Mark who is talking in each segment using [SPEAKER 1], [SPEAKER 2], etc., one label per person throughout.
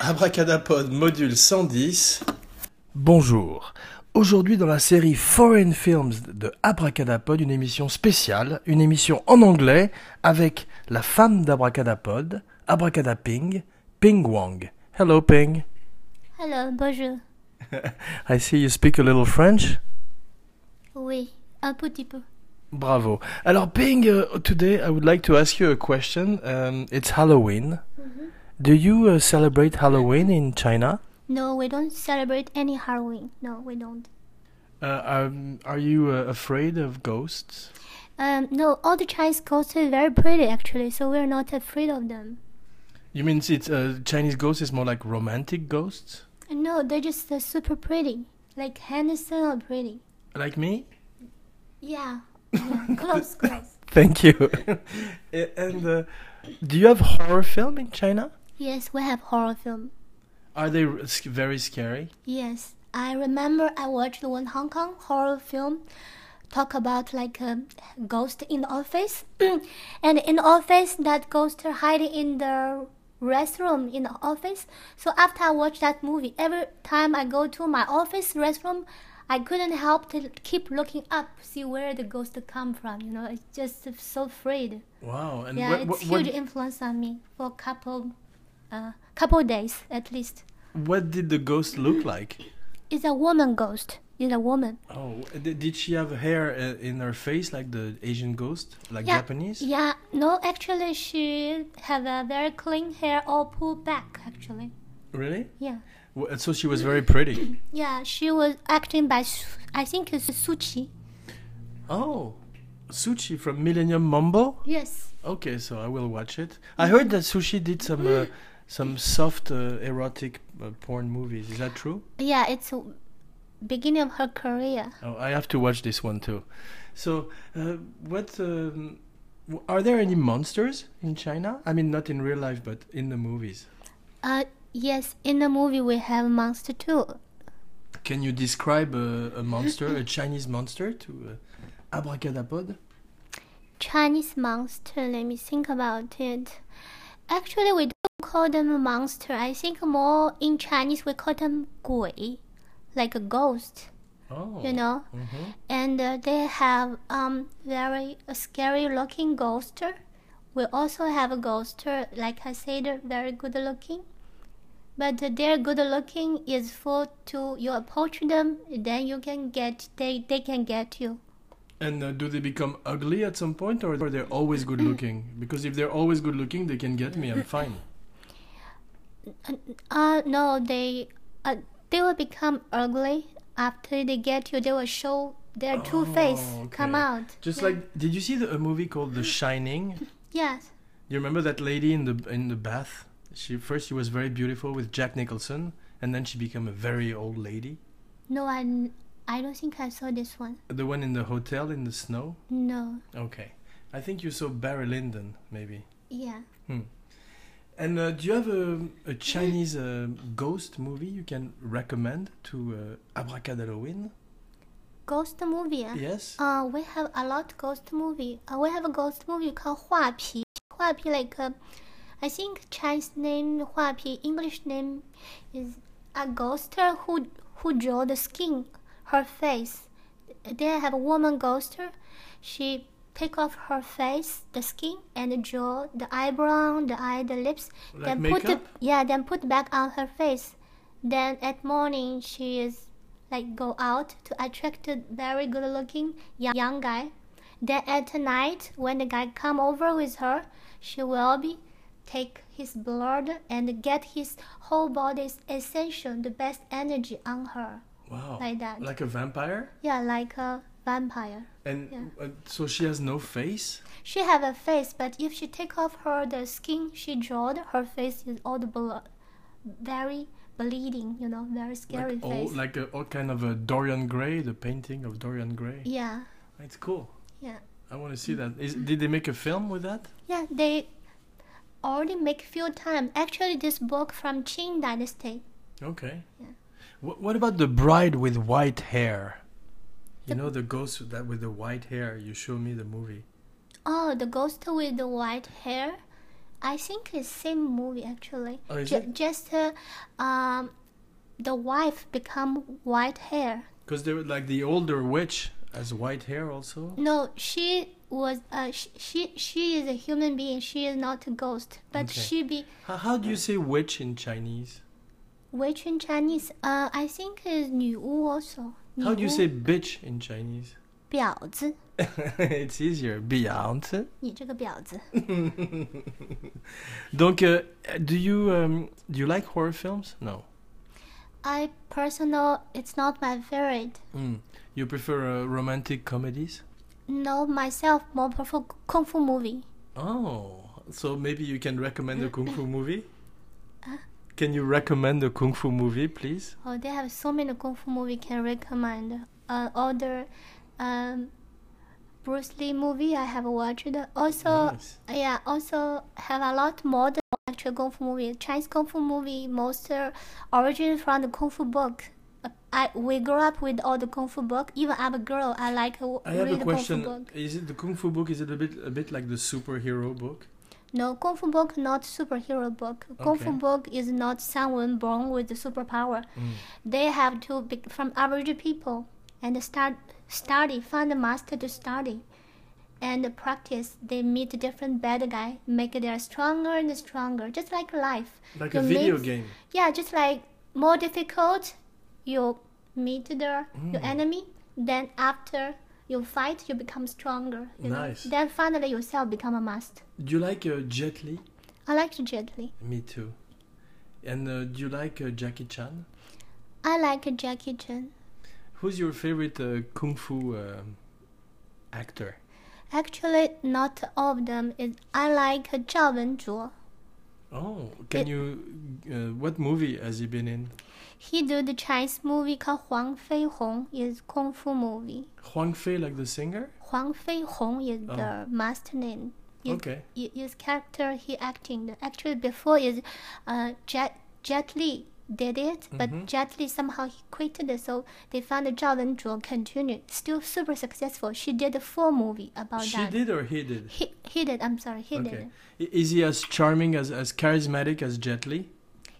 [SPEAKER 1] Abracadapod module 110.
[SPEAKER 2] Bonjour. Aujourd'hui dans la série Foreign Films de Abracadapod, une émission spéciale, une émission en anglais avec la femme d'Abracadapod, Abracadaping, Ping Wang. Hello Ping.
[SPEAKER 3] Hello, bonjour.
[SPEAKER 2] I see you speak a little French.
[SPEAKER 3] Oui, un petit peu.
[SPEAKER 2] Bravo. Alors Ping, uh, today I would like to ask you a question. Um, it's Halloween. Do you uh, celebrate Halloween in China?
[SPEAKER 3] No, we don't celebrate any Halloween. No, we don't.
[SPEAKER 2] Uh, um, are you uh, afraid of ghosts?
[SPEAKER 3] Um, no, all the Chinese ghosts are very pretty actually, so we're not afraid of them.
[SPEAKER 2] You mean it's uh, Chinese ghosts is more like romantic ghosts,
[SPEAKER 3] No, they're just uh, super pretty, like Henderson are pretty.
[SPEAKER 2] like me?
[SPEAKER 3] Yeah, yeah. close, close.
[SPEAKER 2] Thank you. and uh, do you have horror film in China?
[SPEAKER 3] Yes, we have horror film.
[SPEAKER 2] Are they r- sc- very scary?
[SPEAKER 3] Yes, I remember I watched one Hong Kong horror film talk about like a ghost in the office. and in the office, that ghost hiding in the restroom in the office. So after I watched that movie, every time I go to my office restroom, I couldn't help to keep looking up, see where the ghost come from. You know, it's just so afraid.
[SPEAKER 2] Wow. And
[SPEAKER 3] Yeah,
[SPEAKER 2] what-
[SPEAKER 3] it's
[SPEAKER 2] what,
[SPEAKER 3] huge
[SPEAKER 2] what,
[SPEAKER 3] influence on me for couple, uh, couple days at least.
[SPEAKER 2] what did the ghost look like?
[SPEAKER 3] It's a woman ghost. It's a woman.
[SPEAKER 2] Oh, d- did she have hair uh, in her face like the Asian ghost, like
[SPEAKER 3] Yeah,
[SPEAKER 2] Japanese?
[SPEAKER 3] Yeah, no, actually, she have a very clean hair, all pulled back. Actually,
[SPEAKER 2] Really?
[SPEAKER 3] yeah,
[SPEAKER 2] W- So she was very pretty.
[SPEAKER 3] yeah, she was acting by, Su- I think it's Suchi.
[SPEAKER 2] oh, Sushi from Millennium Mumble.
[SPEAKER 3] Yes,
[SPEAKER 2] Okay, so I will watch it. I heard that Sushi did some uh, some soft uh, erotic uh, porn movies. Is that true?
[SPEAKER 3] yeah, it's a beginning of her career.
[SPEAKER 2] Oh, I have to watch this one too. So, uh, what um, w- are there any monsters in China? I mean, not in real life, but in the movies.
[SPEAKER 3] Uh, yes, in the movie we have monster too.
[SPEAKER 2] Can you describe a, a monster, a Chinese monster, to uh, Abracadapod?
[SPEAKER 3] Chinese monster. Let me think about it. Actually, we don't call them a monster. I think more in Chinese we call them gui, like a ghost.
[SPEAKER 2] Oh,
[SPEAKER 3] You know.
[SPEAKER 2] mhm.
[SPEAKER 3] and uh, they have um very scary looking ghost. We also have a ghost, like I said, very good looking. But their good looking is for to you approach them, then you can get they they can get you.
[SPEAKER 2] And uh, do they become ugly at some point, or are they always good looking? Because if they're always good looking, they can get me. I'm fine.
[SPEAKER 3] Uh no, they uh, they will become ugly after they get you. They will show their true face
[SPEAKER 2] Oh, okay.
[SPEAKER 3] come out.
[SPEAKER 2] Just
[SPEAKER 3] Yeah.
[SPEAKER 2] like, did you see the, a movie called The Shining?
[SPEAKER 3] yes,
[SPEAKER 2] You remember that lady in the in the bath? She first she was very beautiful with Jack Nicholson, and then she became a very old lady.
[SPEAKER 3] no, I I don't think I saw this one.
[SPEAKER 2] The one in the hotel in the snow.
[SPEAKER 3] No,
[SPEAKER 2] Okay, I think you saw Barry Lyndon maybe.
[SPEAKER 3] yeah.
[SPEAKER 2] And uh, do you have a, a Chinese uh, ghost movie you can recommend to uh, Abracadalloween?
[SPEAKER 3] Ghost movie. ah?
[SPEAKER 2] Yes.
[SPEAKER 3] Uh, we have a lot ghost movie. Uh, we have a ghost movie called 画皮.画皮 like uh, I think Chinese name 画皮, English name is a ghost who who draw the skin, her face. They have a woman ghost. She take off her face, the skin, and draw the eyebrow, the eye, the lips.
[SPEAKER 2] Like
[SPEAKER 3] then put the,
[SPEAKER 2] makeup?
[SPEAKER 3] yeah, then put back on her face. Then at morning she is like go out to attract a very good looking young, young guy. Then at night when the guy come over with her, she will be take his blood and get his whole body's essential, the best energy on her.
[SPEAKER 2] Wow.
[SPEAKER 3] like that.
[SPEAKER 2] Like a vampire.
[SPEAKER 3] Yeah, like a vampire.
[SPEAKER 2] And
[SPEAKER 3] Yeah.
[SPEAKER 2] uh, so she has no face.
[SPEAKER 3] She have a face, but if she take off her the skin she drawed, her face is all the blood, very bleeding. You know, very scary
[SPEAKER 2] like
[SPEAKER 3] face.
[SPEAKER 2] all, like a, all kind of a Dorian Gray, the painting of Dorian Gray.
[SPEAKER 3] yeah,
[SPEAKER 2] It's cool.
[SPEAKER 3] yeah.
[SPEAKER 2] I want to see that. Is, did they make a film with that?
[SPEAKER 3] Yeah, they already make few time. Actually, this book from Qing Dynasty.
[SPEAKER 2] Okay.
[SPEAKER 3] Yeah.
[SPEAKER 2] What, what about the bride with white hair? You know the ghost with that with the white hair. You show me the movie.
[SPEAKER 3] Oh, the ghost with the white hair. I think it's same movie actually.
[SPEAKER 4] Oh, is
[SPEAKER 3] Ju-
[SPEAKER 4] it?
[SPEAKER 3] Just uh, um, the wife become white hair.
[SPEAKER 2] Because they were like the older witch has white hair also.
[SPEAKER 3] No, she was uh, she, she she is a human being. She is not a ghost, but
[SPEAKER 2] Okay.
[SPEAKER 3] she be
[SPEAKER 2] How, how do you say witch in Chinese?
[SPEAKER 3] which in Chinese. Uh, I think is 女巫 also.
[SPEAKER 2] How do you say bitch in Chinese?
[SPEAKER 3] 婊子？
[SPEAKER 2] it's easier. Beyond.
[SPEAKER 3] 你这个婊子。
[SPEAKER 2] Donc, uh, do you um, do you like horror films? No.
[SPEAKER 3] I personal, it's not my favorite.
[SPEAKER 2] Mm. You prefer uh, romantic comedies?
[SPEAKER 3] No, myself more prefer kung fu movie.
[SPEAKER 2] Oh, so maybe you can recommend a kung fu movie?
[SPEAKER 3] Uh?
[SPEAKER 2] Can you recommend a kung fu movie, please?
[SPEAKER 3] Oh, they have so many kung fu movie can recommend. Uh, other, um, Bruce Lee movie I have watched. Also,
[SPEAKER 2] Nice.
[SPEAKER 3] yeah, also have a lot modern actual kung fu movie. Chinese kung fu movie most uh, origin from the kung fu book. Uh, I we grew up with all the kung fu book. Even I'm a girl, I like uh,
[SPEAKER 2] I have
[SPEAKER 3] read
[SPEAKER 2] a
[SPEAKER 3] the kung fu
[SPEAKER 2] question.
[SPEAKER 3] book.
[SPEAKER 2] Is it the kung fu book? Is it a bit a bit like the superhero book?
[SPEAKER 3] No, Kung Fu Book not superhero book. Kung Fu
[SPEAKER 2] Okay. Mm.
[SPEAKER 3] Book is not someone born with the superpower. They have to be from average people and start study, find a master to study, and practice. They meet different bad guy, make them stronger and stronger, just like life.
[SPEAKER 2] Like
[SPEAKER 3] You
[SPEAKER 2] a video
[SPEAKER 3] meet-
[SPEAKER 2] game.
[SPEAKER 3] Yeah, just like more difficult, you meet the your
[SPEAKER 2] Mm.
[SPEAKER 3] enemy. Then after you fight, you become stronger. You
[SPEAKER 2] Nice.
[SPEAKER 3] Know? Then finally yourself become a master.
[SPEAKER 2] Do you like uh, Jet Li?
[SPEAKER 3] I like Jet Li.
[SPEAKER 2] Me too. And uh, do you like uh, Jackie Chan?
[SPEAKER 3] I like Jackie Chan.
[SPEAKER 2] Who's your favorite uh, kung fu um actor?
[SPEAKER 3] Actually, not all of them. Is I like Zhao Wenzhuo.
[SPEAKER 2] Oh, can
[SPEAKER 3] It-
[SPEAKER 2] you? Uh, what movie has he been in?
[SPEAKER 3] He do the Chinese movie called Huang Fei Hong. Is kung fu movie.
[SPEAKER 2] Huang Fei, like the singer.
[SPEAKER 3] Huang Fei Hong is
[SPEAKER 2] Oh.
[SPEAKER 3] the master name. His,
[SPEAKER 2] Okay.
[SPEAKER 3] hi- His character he acting. Actually, before is, uh, Jet Jet Li did it,
[SPEAKER 2] Mm-hmm.
[SPEAKER 3] but Jet Li somehow he quit it. So they found Zhao Wenzhuo continued, still super successful. She did four movie about
[SPEAKER 2] She
[SPEAKER 3] that.
[SPEAKER 2] did or he did?
[SPEAKER 3] He, he did. I'm sorry. He did.
[SPEAKER 2] Okay. I- Is he as charming as as charismatic as Jet Li?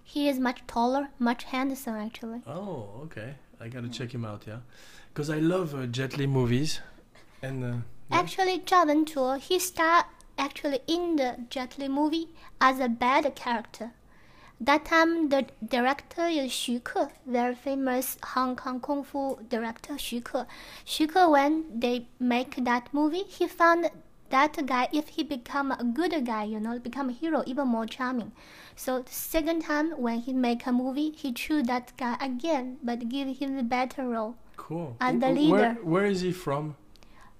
[SPEAKER 3] He is much taller, much handsome actually.
[SPEAKER 2] Oh, okay. I gotta
[SPEAKER 3] Mm.
[SPEAKER 2] check him out, yeah, because I love uh, Jet Li movies, and uh, yeah.
[SPEAKER 3] Actually, Zhao Wentuo, he starred actually in the Jet Li movie as a bad character. That time, the director is Xu Ke, very famous Hong Kong kung fu director Xu Ke. Xu Ke, when they make that movie, he found that guy, if he become a good guy, you know, become a hero, even more charming. So the second time when he make a movie, he choose that guy again, but give him a better role.
[SPEAKER 2] cool.
[SPEAKER 3] and the
[SPEAKER 2] Wh- wh- Where,
[SPEAKER 3] leader.
[SPEAKER 2] where is he from?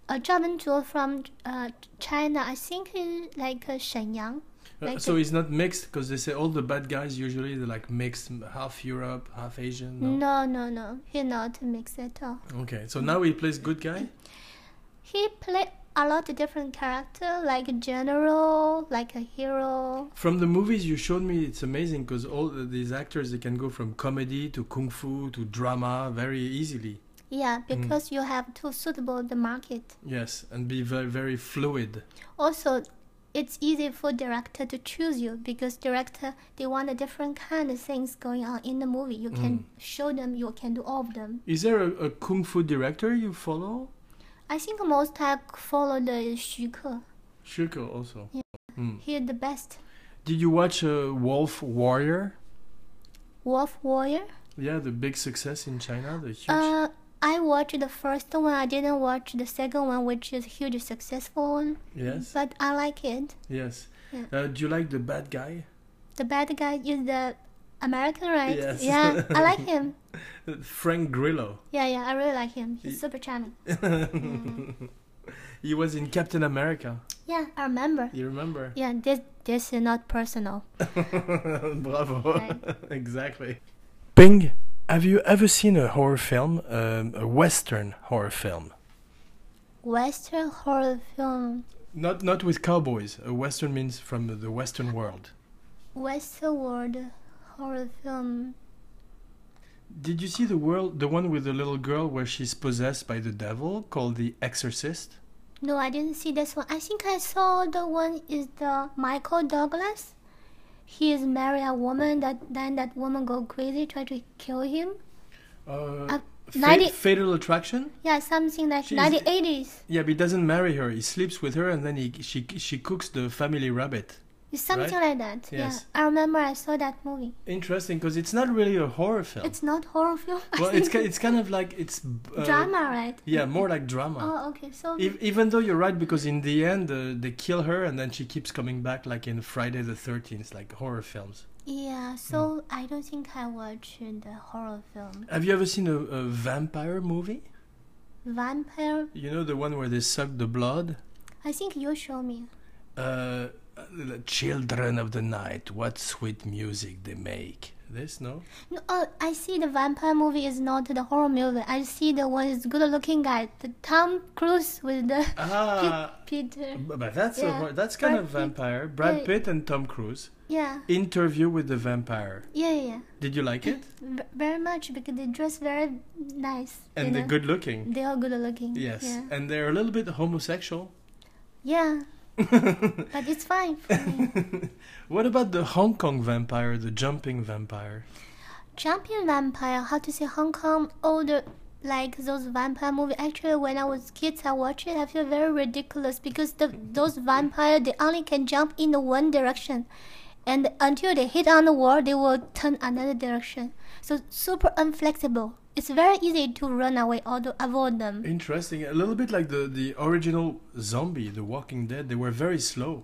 [SPEAKER 3] Uh, Zhao Wenzhuo from uh, China, I think he's like uh, Shenyang.
[SPEAKER 2] Uh,
[SPEAKER 3] Like
[SPEAKER 2] so
[SPEAKER 3] the-
[SPEAKER 2] he's not mixed, because they say all the bad guys usually they're like mixed, m- half Europe, half Asian. No.
[SPEAKER 3] No, no, no, he not mixed at all.
[SPEAKER 2] Okay, so now he plays good guy.
[SPEAKER 3] He play a lot of different character, like a general, like a hero.
[SPEAKER 2] From the movies you showed me, it's amazing because all the- these actors they can go from comedy to kung fu to drama very easily.
[SPEAKER 3] Yeah, because you have to suitable the market.
[SPEAKER 2] Yes, and be very very fluid.
[SPEAKER 3] Also, it's easy for director to choose you because director they want a different kind of things going on in the movie. You can show them, you can do all of them.
[SPEAKER 2] Is there a, a kung fu director you follow?
[SPEAKER 3] I think most I follow the Xu Ke.
[SPEAKER 2] Shuko also. Hmm.
[SPEAKER 3] He the best.
[SPEAKER 2] Did you watch uh, Wolf Warrior?
[SPEAKER 3] Wolf Warrior.
[SPEAKER 2] Yeah, the big success in China, the huge.
[SPEAKER 3] Uh, I watched the first one. I didn't watch the second one, which is huge successful one.
[SPEAKER 2] yes,
[SPEAKER 3] But I like it.
[SPEAKER 2] yes.
[SPEAKER 3] Yeah.
[SPEAKER 2] Uh, do you like the bad guy?
[SPEAKER 3] The bad guy is the American, right?
[SPEAKER 2] Yes.
[SPEAKER 3] Yeah, I like him.
[SPEAKER 2] Uh, Frank Grillo.
[SPEAKER 3] Yeah, yeah, I really like him. He's super charming. Mm.
[SPEAKER 2] He was in Captain America.
[SPEAKER 3] Yeah, I remember.
[SPEAKER 2] You remember?
[SPEAKER 3] Yeah, this this is not personal.
[SPEAKER 2] Bravo.
[SPEAKER 3] Right.
[SPEAKER 2] exactly.
[SPEAKER 4] Ping, have you ever seen a horror film, um, a Western horror film?
[SPEAKER 3] Western horror film,
[SPEAKER 2] Not not with cowboys. A western means from the western world.
[SPEAKER 3] Western world horror film.
[SPEAKER 2] Did you see the world the one with the little girl where she's possessed by the devil called the exorcist?
[SPEAKER 3] No, I didn't see this one. I think I saw the one is the Michael Douglas. He is married a woman that then that woman go crazy, try to kill him.
[SPEAKER 2] Uh,
[SPEAKER 3] Uh,
[SPEAKER 2] fa-
[SPEAKER 3] 90
[SPEAKER 2] fatal Attraction?
[SPEAKER 3] Yeah, something like
[SPEAKER 2] She's-
[SPEAKER 3] nineteen eighties.
[SPEAKER 2] Yeah, but he doesn't marry her. He sleeps with her, and then he she she cooks the family rabbit.
[SPEAKER 3] It's something like that.
[SPEAKER 2] Yes.
[SPEAKER 3] Yeah, I remember I saw that movie.
[SPEAKER 2] Interesting, because it's not really a horror film.
[SPEAKER 3] It's not horror film. I
[SPEAKER 2] well, it's ki-
[SPEAKER 3] think
[SPEAKER 2] it's kind of like it's uh,
[SPEAKER 3] drama, right?
[SPEAKER 2] Yeah, more like drama.
[SPEAKER 3] Oh, okay. So
[SPEAKER 2] Ev- even though you're right, because in the end uh, they kill her, and then she keeps coming back, like in Friday the Thirteenth, like horror films. Mm.
[SPEAKER 3] yeah, so I don't think I watched the horror film
[SPEAKER 2] Have you ever seen a, a vampire movie?
[SPEAKER 3] Vampire.
[SPEAKER 2] You know the one where they suck the blood.
[SPEAKER 3] I think you show me.
[SPEAKER 2] Uh, uh, children of the night, what sweet music they make. This no?
[SPEAKER 3] No, oh, I see the vampire movie is not the horror movie. I see the one is good-looking guy, the Tom Cruise with the
[SPEAKER 2] Ah,
[SPEAKER 3] Peter.
[SPEAKER 2] b- but that's a
[SPEAKER 3] Yeah,
[SPEAKER 2] hor- that's kind
[SPEAKER 3] Brad
[SPEAKER 2] of
[SPEAKER 3] Pitt.
[SPEAKER 2] vampire. Brad
[SPEAKER 3] Yeah.
[SPEAKER 2] Pitt and Tom Cruise.
[SPEAKER 3] Yeah,
[SPEAKER 2] Interview with the vampire.
[SPEAKER 3] yeah, yeah.
[SPEAKER 2] Did you like it?
[SPEAKER 3] V- very much because they dress very nice. you
[SPEAKER 2] And they're
[SPEAKER 3] know.
[SPEAKER 2] good looking.
[SPEAKER 3] They are good-looking.
[SPEAKER 2] Yes,
[SPEAKER 3] Yeah.
[SPEAKER 2] and they're a little bit homosexual.
[SPEAKER 3] yeah. but it's fine. For me.
[SPEAKER 2] What about the Hong Kong vampire, the jumping vampire?
[SPEAKER 3] Champion vampire. How to say Hong Kong older like those vampire movie. Actually, when I was kids, I watched it. I feel very ridiculous because the those vampire they only can jump in the one direction, and until they hit on the wall, they will turn another direction. So super inflexible. It's very easy to run away or to avoid them.
[SPEAKER 2] Interesting. A little bit like the, the original zombie, The Walking Dead. They were very slow.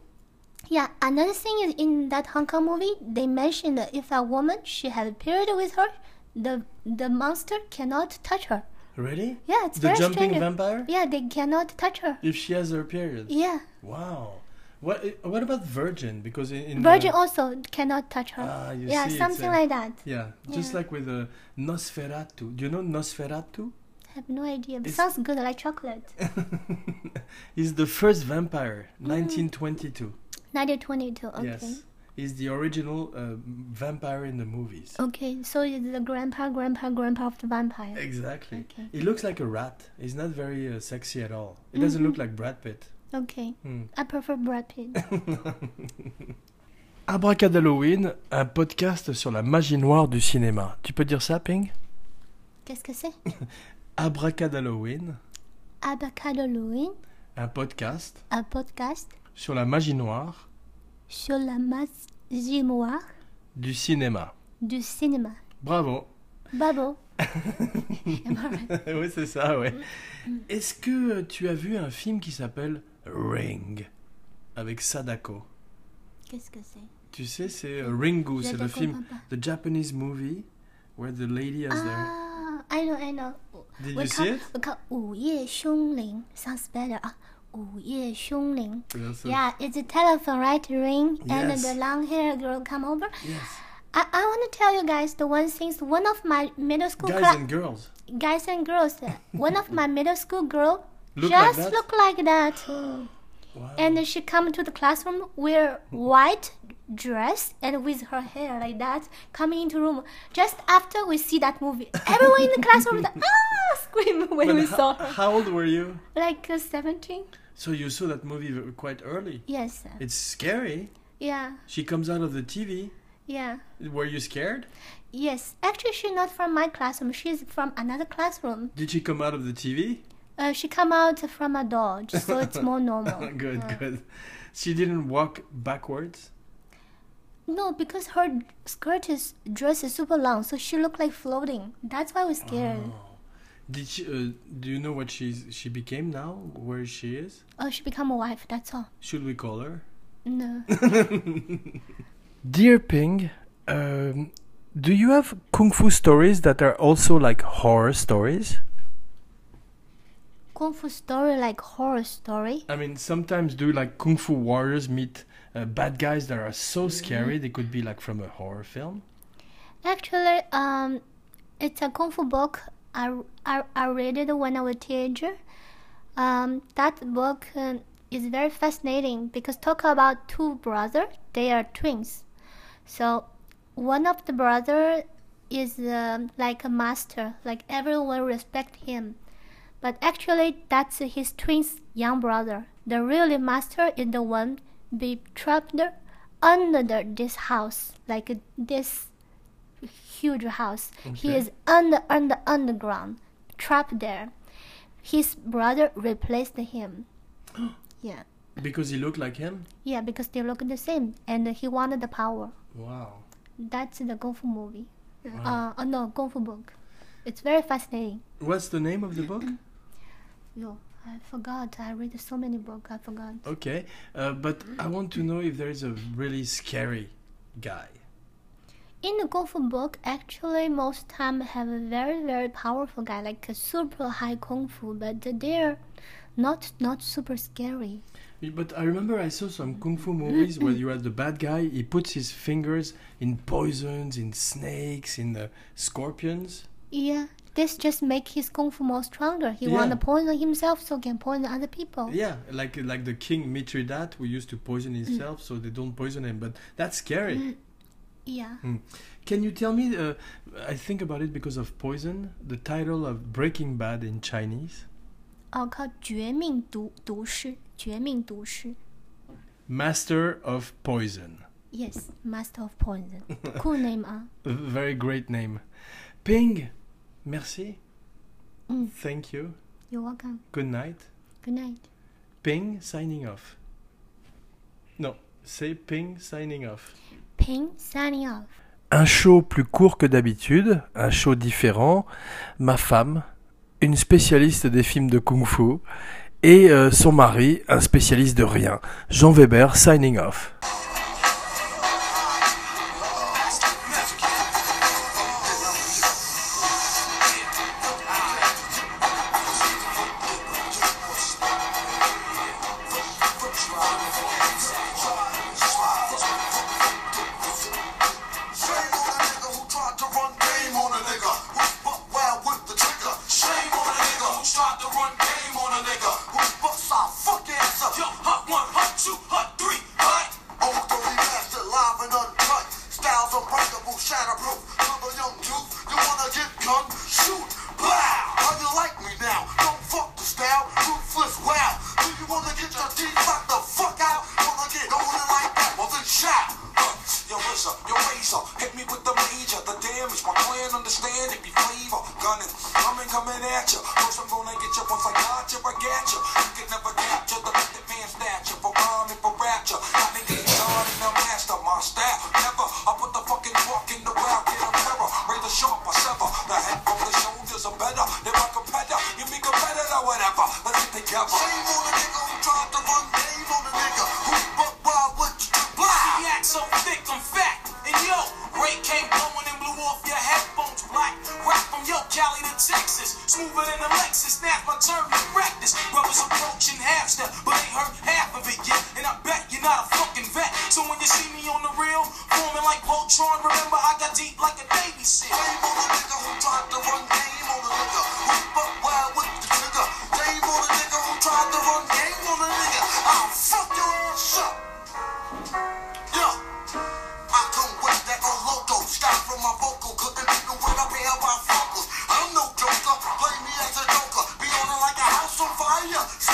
[SPEAKER 3] Yeah, another thing is in that Hong Kong movie, they mentioned that if a woman she had a period with her, the the monster cannot touch her.
[SPEAKER 2] Really?
[SPEAKER 3] Yeah, it's
[SPEAKER 2] the
[SPEAKER 3] very
[SPEAKER 2] jumping
[SPEAKER 3] strange.
[SPEAKER 2] vampire?
[SPEAKER 3] Yeah, they cannot touch her.
[SPEAKER 2] If she has her period.
[SPEAKER 3] Yeah,
[SPEAKER 2] Wow. What i- What about virgin? Because in, in
[SPEAKER 3] virgin
[SPEAKER 2] the-
[SPEAKER 3] also cannot touch her.
[SPEAKER 2] Ah, you
[SPEAKER 3] yeah,
[SPEAKER 2] see, it's
[SPEAKER 3] something
[SPEAKER 2] a-
[SPEAKER 3] like that.
[SPEAKER 2] yeah, just
[SPEAKER 3] Yeah.
[SPEAKER 2] like with the Nosferatu. Do you know Nosferatu?
[SPEAKER 3] I have no idea. But
[SPEAKER 2] It's-
[SPEAKER 3] sounds good, like chocolate.
[SPEAKER 2] He's the first vampire, 1922.
[SPEAKER 3] 1922. Mm. Okay.
[SPEAKER 2] Yes, he's the original uh, vampire in the movies.
[SPEAKER 3] Okay, so it's the grandpa, grandpa, grandpa of the vampire.
[SPEAKER 2] Exactly.
[SPEAKER 3] Okay.
[SPEAKER 2] He looks like a rat. He's not very uh, sexy at all. He doesn't look like Brad Pitt.
[SPEAKER 3] Okay,
[SPEAKER 2] Hmm.
[SPEAKER 3] I prefer Brad Pitt.
[SPEAKER 4] Abracadalloween, un podcast sur la magie noire du cinéma. Tu peux dire ça, Ping
[SPEAKER 3] Qu'est-ce que c'est?
[SPEAKER 2] Abracadalloween,
[SPEAKER 3] Abacado Louis,
[SPEAKER 2] un podcast
[SPEAKER 3] un podcast
[SPEAKER 2] sur la magie noire
[SPEAKER 3] sur la magie noire
[SPEAKER 2] du cinéma.
[SPEAKER 3] du cinéma.
[SPEAKER 2] Bravo.
[SPEAKER 3] Babo. Am I right?
[SPEAKER 2] oui, c'est ça, ouais. Est-ce que euh, tu as vu un film qui s'appelle Ring avec Sadako
[SPEAKER 3] Qu'est-ce que c'est?
[SPEAKER 2] Tu sais, c'est euh, Ringu, c'est
[SPEAKER 3] Je
[SPEAKER 2] le
[SPEAKER 3] te
[SPEAKER 2] film,
[SPEAKER 3] comprends
[SPEAKER 2] the Japanese movie where the lady has the...
[SPEAKER 3] Ah, I know, I know.
[SPEAKER 2] Did
[SPEAKER 3] we
[SPEAKER 2] you see
[SPEAKER 3] call,
[SPEAKER 2] it?
[SPEAKER 3] we call 午夜凶铃 sounds better. 啊，午夜凶铃。
[SPEAKER 2] Yes,
[SPEAKER 3] Yeah, it's a telephone, right? Ring, and
[SPEAKER 2] Yes.
[SPEAKER 3] the long hair girl come over.
[SPEAKER 2] Yes.
[SPEAKER 3] I, I want to tell you guys the one thing. One of my middle school
[SPEAKER 2] Guys
[SPEAKER 3] cla-
[SPEAKER 2] and girls.
[SPEAKER 3] guys and girls. uh, one of my middle school girl
[SPEAKER 2] Look like
[SPEAKER 3] just
[SPEAKER 2] that? Oh.
[SPEAKER 3] look like that,
[SPEAKER 2] Wow.
[SPEAKER 3] and she come to the classroom wear white dress and with her hair like that coming into room just after we see that movie everyone in the classroom like, ah scream when
[SPEAKER 2] But
[SPEAKER 3] we
[SPEAKER 2] ho-
[SPEAKER 3] saw her
[SPEAKER 2] How old were you?
[SPEAKER 3] like uh, 17
[SPEAKER 2] So you saw that movie v- quite early.
[SPEAKER 3] yes uh,
[SPEAKER 2] It's scary.
[SPEAKER 3] yeah
[SPEAKER 2] She comes out of the TV.
[SPEAKER 3] yeah
[SPEAKER 2] Were you scared?
[SPEAKER 3] yes actually she's not from my classroom she's from another classroom
[SPEAKER 2] Did she come out of the TV?
[SPEAKER 3] uh, she come out from a door so it's more normal
[SPEAKER 2] good, good. She didn't walk backwards.
[SPEAKER 3] no because her skirt is dress is super long so she look like floating that's why we're scared
[SPEAKER 2] Mm. Oh. Did she? Uh, do you know what she's she became now? Where she is?
[SPEAKER 3] oh she become a wife that's all
[SPEAKER 2] Should we call her?
[SPEAKER 3] no
[SPEAKER 4] Dear Ping, um, do you have kung fu stories that are also like horror stories?
[SPEAKER 3] kung fu story like horror story
[SPEAKER 2] I mean, sometimes do like kung fu warriors meet uh, bad guys that are so scary they could be like from a horror film.
[SPEAKER 3] Actually, um, it's a kung fu book I, I, I read it when I was a teenager. Um, that book um, is very fascinating because talk about two brothers. They are twins. So one of the brother is um, like a master. Like everyone respect him. But actually, that's his twin's young brother. The real master is the one be trapped under the- this house, like this huge house. He
[SPEAKER 2] Okay.
[SPEAKER 3] is under, under, underground, trapped there. His brother replaced him. yeah,
[SPEAKER 2] Because he looked like him?
[SPEAKER 3] yeah, because they look the same, and he wanted the power.
[SPEAKER 2] Wow.
[SPEAKER 3] That's the Kung Fu movie.
[SPEAKER 2] Wow.
[SPEAKER 3] Uh, uh, no, Kung Fu book. It's very fascinating.
[SPEAKER 2] What's the name of the book?
[SPEAKER 3] Yo, I forgot. I read so many books. I forgot.
[SPEAKER 2] Okay, uh, but I want to know if there is a really scary guy.
[SPEAKER 3] In the Kung Fu book, actually, most time have a very very powerful guy, like a super high Kung Fu, but they're not not super scary.
[SPEAKER 2] But I remember I saw some kung fu movies where you had the bad guy. He puts his fingers in poisons, in snakes, in the scorpions.
[SPEAKER 3] Yeah, this just make his Kung Fu more stronger. He wanna
[SPEAKER 2] Yeah.
[SPEAKER 3] poison himself so can poison other people.
[SPEAKER 2] Yeah, like like the king Mithridat, who used to poison himself, so they don't poison him. But that's scary.
[SPEAKER 3] Yeah.
[SPEAKER 2] Can you tell me? Uh, I think about it because of poison. The title of Breaking Bad in Chinese,
[SPEAKER 3] 哦，靠绝命毒毒师，绝命毒师。
[SPEAKER 2] Master of Poison.
[SPEAKER 3] Yes, master of poison. cool name ah. 啊。
[SPEAKER 2] A Very great name. Ping, merci.
[SPEAKER 3] Mm.
[SPEAKER 2] Thank you.
[SPEAKER 3] You're welcome.
[SPEAKER 2] Good night.
[SPEAKER 3] Good night.
[SPEAKER 2] Ping signing off. No, say Ping signing off.
[SPEAKER 3] Ping signing off.
[SPEAKER 4] Un show plus court que d'habitude, un show différent, ma femme, une spécialiste des films de kung-fu, et euh, son mari, un spécialiste de rien. Jean Weber, signing off.
[SPEAKER 5] Shame on a nigga who tried to run game on a nigga. Who buck wild with the trigger. Shame on a nigga who tried to run game on a nigga. Who bucks our fuck ass up. Yo, hut one, hut two, hut three, hut. Over the remastered, live and uncut. Styles unbreakable, shatterproof. Little young dude, you wanna get gun? Shoot, blow. How you like me now? Don't fuck the style. Ruthless, wow. Do you wanna get your teeth knocked the fuck out? Wanna get on it like that? Well then shout. Huh, Your razor, your razor, hit me with the major, the damage. My plan, understand it, be flavor, gunning, coming, coming at ya. First I'm gonna get ya, once I got ya, I got ya. You can never capture the lifted man stature for rhyme and for rapture. Got niggas done and the master, my style. Never, I put the fucking walk in the route, get a terror. Razor sharp, I sever the head from the shoulders. I'm better than my competitor. You be competitor, whatever. Let's get together. Shame on the nigga who tried to run game on the nigga who buck wild with you. Wow.
[SPEAKER 6] act so thick, I'm fat. And yo, Ray came blowing and blew off your headphones black. Rap from yo, Cali to Texas. Smoother than a Lexus. Now my turn to practice. Brothers approaching half step, but ain't heard half of it yet. And I bet you're not a fucking vet. So when you see me on the reel, forming like Voltron, remember I got deep like a baby shit.
[SPEAKER 5] Shame on the nigga who tried to run game on the nigga who buck wild with the trigger. Shame on the nigga who tried to run game on the nigga. I'll fuck your ass up. Yeah. I come with that old loco, sky from my vocal, cooking people with a pair of bifocals. I'm no joker, play me as a joker, be on it like a house on fire.